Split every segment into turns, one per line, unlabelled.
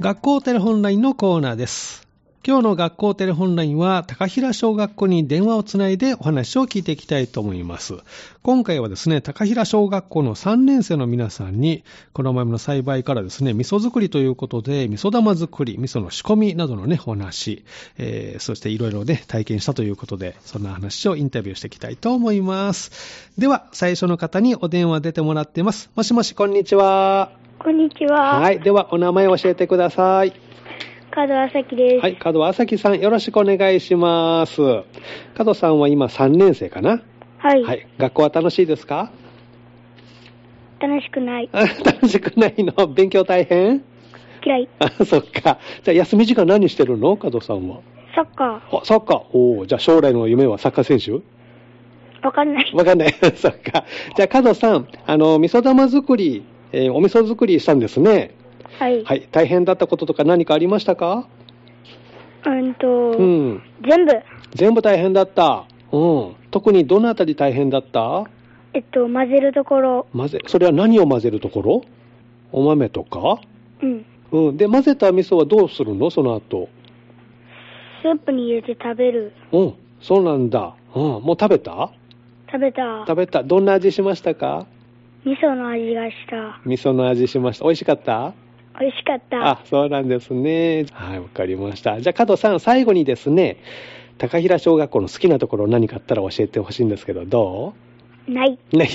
学校テレホンラインのコーナーです。今日の学校テレホンラインは、高平小学校に電話をつないでお話を聞いていきたいと思います。今回はですね、高平小学校の3年生の皆さんに、この豆の栽培からですね、味噌作りということで、味噌玉作り、味噌の仕込みなどのね、お話、えーそしていろいろね、体験したということで、そんな話をインタビューしていきたいと思います。では、最初の方にお電話出てもらっています。もしもし、こんにちは。
こんにちは。
はい。では、お名前を教えてください。
カードあさきです。
はい。角あさきさん、よろしくお願いします。角さんは今3年生かな、
はい。
学校は楽しいですか、
楽しくない。
あ楽しくないの勉強大変
嫌い。
あ、そっか。じゃあ、休み時間何してるの角さんは。
サッカ
あ、サッカー。おーじゃあ将来の夢はサッカー選
ー。わかんない
手。わかんない。 そっか。じゃあ、角さん、あの、味噌玉作り、えーお味噌作りしたんですね。
はい。
はい。大変だったこととか何かありましたか
うんと、
うん。
全部。
全部大変だった。うん。特にどのあたり大変だった
えっと、混ぜるところ。
混ぜ、それは何を混ぜるところお豆とか
うん。
うん。で、混ぜた味噌はどうするのその後。
スープに入れて食べる。
うん。そうなんだ。うん。もう食べた
食べた。
食べた。どんな味しましたか
味噌の味がした。
味噌の味しました。美味しかった
美味しかった
あ。、そうなんですね。はい、わかりました。じゃあ、加藤さん、最後にですね、高平小学校の好きなところ何かあったら教えてほしいんですけど、どう
ない。
ね、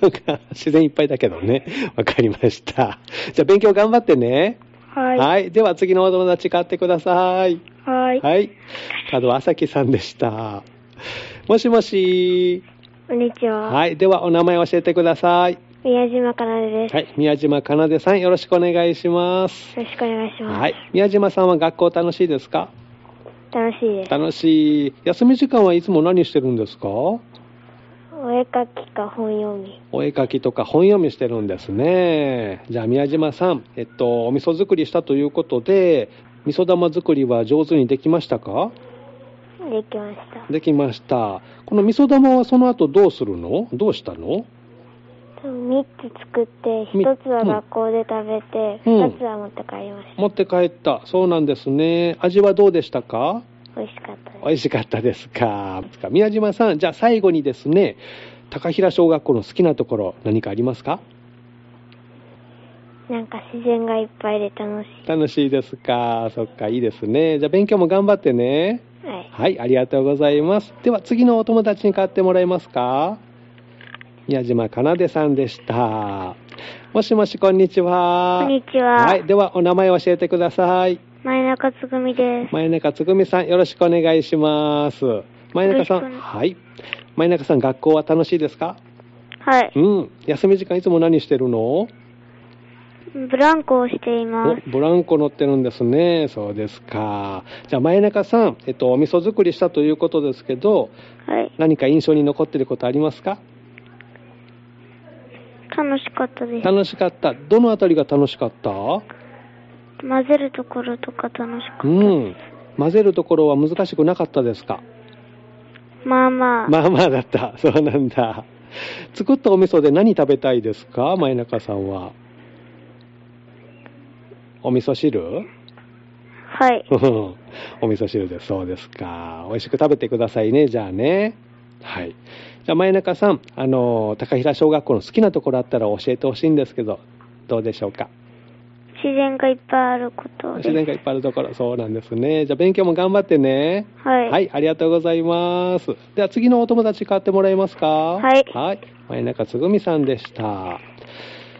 そうか。自然いっぱいだけどね。わかりました。じゃあ勉強頑張ってね。
はい。
では次のお友達買ってください。
はい。
はい。角あさきさんでした。もしもし。
こんにちは。
はい。ではお名前教えてください。
宮島かなでで
はい。宮島かなでさん、よろしくお願いします。
よろしくお願いし
はい。宮島さんは学校楽しいですか
楽しいで。
楽しい。休み時間はいつも何してるんですか
お絵かきか本読み。
お絵描きとか本読みしてるんですね。じゃあ宮島さん、えっと、お味噌作りしたということで、味噌玉作りは上手にできましたか
できました
できました。この味噌玉はその後どうするのどうしたの
3つ作って
み
1つは学校で食べて、
うん
2つは持って帰りました、
持って帰った。そうなんですね。味はどうでしたか
美味しかったです
美味しかったですか。宮島さん、じゃあ最後にですね、高平小学校の好きなところ何かありますか
なんか自然がいっぱいで楽し
楽しいですか。そっか、いいですね。じゃあ勉強も頑張ってね。
いはい
はい、ありがとうございます。では、次のお友達に買ってもらえますか宮島かなでさんでした。もしもし、こんにちは。
こんにちは、
はい、では、お名前を教えてください。
前中つぐみです、
前中つぐみさん、よろしくお願いします。前中さ
よろしくお願い
ん、はい。前中さん、学校は楽しいですか
はい
うん。休み時間いつも何してるの
ブランコをしています
おブランコ乗ってるんですね。そうですか。じゃあ、前中さん、えっと、お味噌作りしたということですけど、
はい
何か印象に残ってることありますか
楽しかったです
楽しかった。どのあたりが楽しかったう
混ぜるところとか楽しかった、
ん。混ぜるところは難しくなかったですか
まあまあ、
まあまあだった。 そうなんだ。作ったお味噌で何食べたいですか前中さんは。お味噌汁
はい
うんお味噌汁です。そうですか。美味しく食べてくださいね。じゃあね。はい。じゃあ前中さん、あの、高平小学校の好きなところあったら教えてほしいんですけど、どうでしょうか
自然がいっぱいあることです
自然がいっぱいあるところ、そうなんですね。じゃあ勉強も頑張ってね。
はい、
はい、ありがとうございます。では次のお友達買ってもらえますか
はい
はい。前中つぐみさんでした。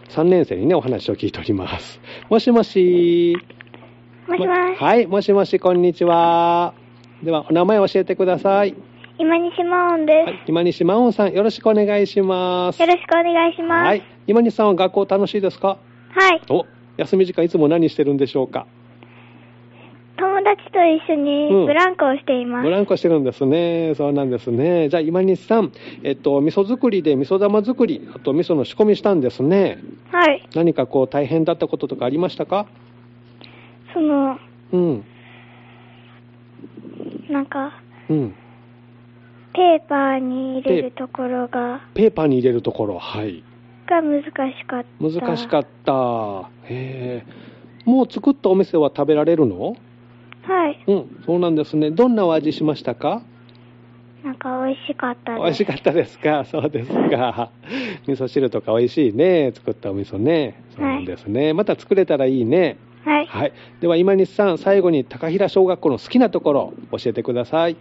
3年生にね、お話を聞いております。もしもし。
もしもし、
はい、もしもし、こんにちは。では、お名前を教えてください。
今西真音で
はい、今西真央さん、よろしくお願いします。
す、よろしくお願いします
はい。今西さんは学校楽しいですか
はい、
お、休み時間いつも何してるんでしょうか
友達と一
う
緒
ん
にブランコをしています、
ブランコしてるんですね。そうなんですね。じゃあ、今西さん、えっと、味噌作りで味噌玉作り、あと味噌の仕込みしたんですね。
はい
何かこう、大変だったこととかありましたか
その
うん。
なんか
うん。
ペーパーに入れるところが
ペーパーに入れるところ、はい。
が難しかった
難しかった。へえ。もう作ったお店は食べられるの
はい。
うん、そうなんですね。どんなお味しましたか
なんか美味しかったです。
美味しかったです かそうですか。味噌汁とか美味しいね。作ったお味噌ね。そうなんですね。また作れたらいいね。
はい。
はい。では今西さん、最後に高平小学校の好きなところ教えてください。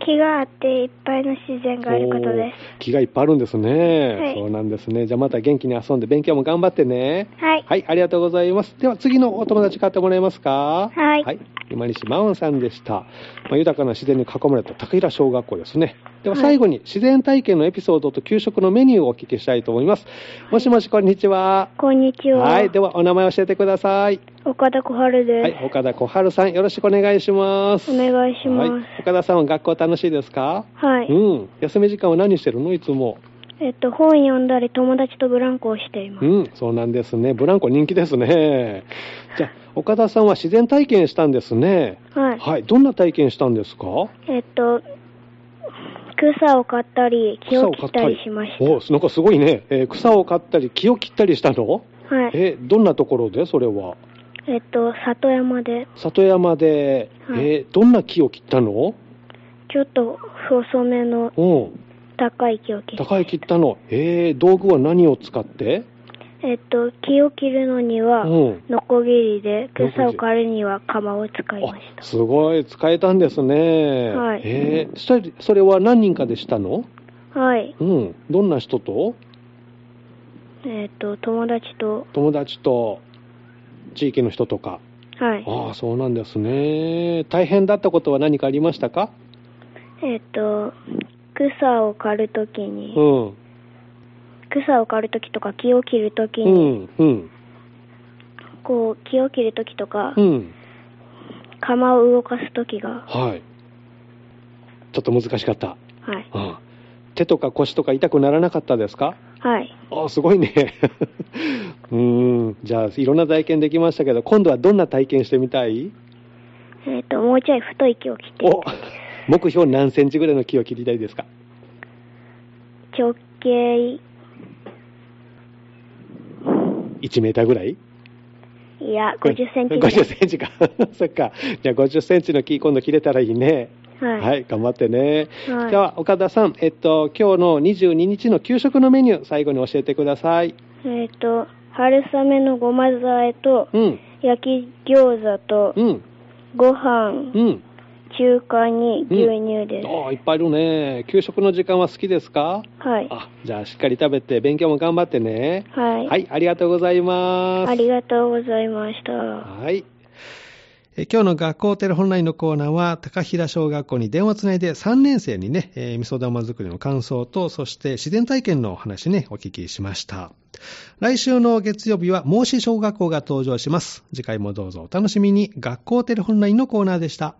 木があっていっぱいの自然があることで
おー気がいっぱいあるんですね、
はい
そうなんですね。じゃあまた元気に遊んで勉強も頑張ってね。
す。はい。
はい、ありがとうございます。では次のお友達買ってもらえますか
はい
今西真音さんでした。まあ、豊かな自然に囲まれた高平小学校ですね。では最後に自然体験のエピソードと給食のメニューをお聞きしたいと思います。もしもし、こんにちは。
こんにちは。
はい、ではお名前教えてください。
岡田小春で
はい、岡田小春さん、よろしくお願いします。
す。お願いします。
はい、岡田さんは学校楽しいですか
はい。
うん。休み時間は何してるのいつも。
えっと、本読んだり友達とブランコをしています。
うん、そうなんですね。ブランコ人気ですね。じゃあ、岡田さんは自然体験したんですね。
はい。
どんな体験したんですか
えっと、草を刈ったり、木を切ったりしまし
おなんかすごいね。えー草を刈ったり、木を切ったりしたの、
た。はい。
えーどんなところでそれは。
えっと、里山で、
里山で、
はい
えーどんな木を切ったの
ちょっと細めの
うん。
高い木を切る。
高い切ったの。えー道具は何を使って
えっと、木を切るのには、
うん
ノコギリで、
ノコギリ
草を刈るには鎌を使いまし
あすごい、使えたんですね。
はい
えーそれそれは何人かでしたの
た。はい。
うん。どんな人と
えっと、友達と、
友達と地域の人とか、
はい。
ああそうなんですね大変だったことは何かありましたか
えっと、草を刈るときに、
うん
草を刈るときとか木を切るとき
う
に、
んうん
こう木を切るときとか、
うん
釜を動かすときが、
はいちょっと難しかった、
はい。
うん、手とか腰とか痛くならなかったですか
はい。
ああすごいね うーんじゃあいろんな体験できましたけど今度はどんな体験してみたい
えっ、と、もうちょい太い木を切って、
お目標何センチぐらいの木を切りたいですか
直径、
1メーターぐらい
いや、50センチぐらい。
50センチか。 そっか。じゃあ50センチの木、今度切れたらいいね。
はい。
頑張ってね。
はい
では、岡田さん、えっと、今日の22日の給食のメニュー、最後に教えてください。
えっ、と、春雨のごまざえと、
うん、
焼き餃子と、
うん、
ご飯、
うん。
中華に牛乳です。
ああ、いっぱいいるね。給食の時間は好きですか
はい。
あ、じゃあ、しっかり食べて、勉強も頑張ってね。
はい。
ありがとうございます。
ありがとうございました。
はい。
えー今日の学校テレホンラインのコーナーは、高平小学校に電話つないで3年生にね、えー味噌玉作りの感想と、そして自然体験のお話ね、お聞きしました。来週の月曜日は、孟子小学校が登場します。次回もどうぞお楽しみに、学校テレホンラインのコーナーでした。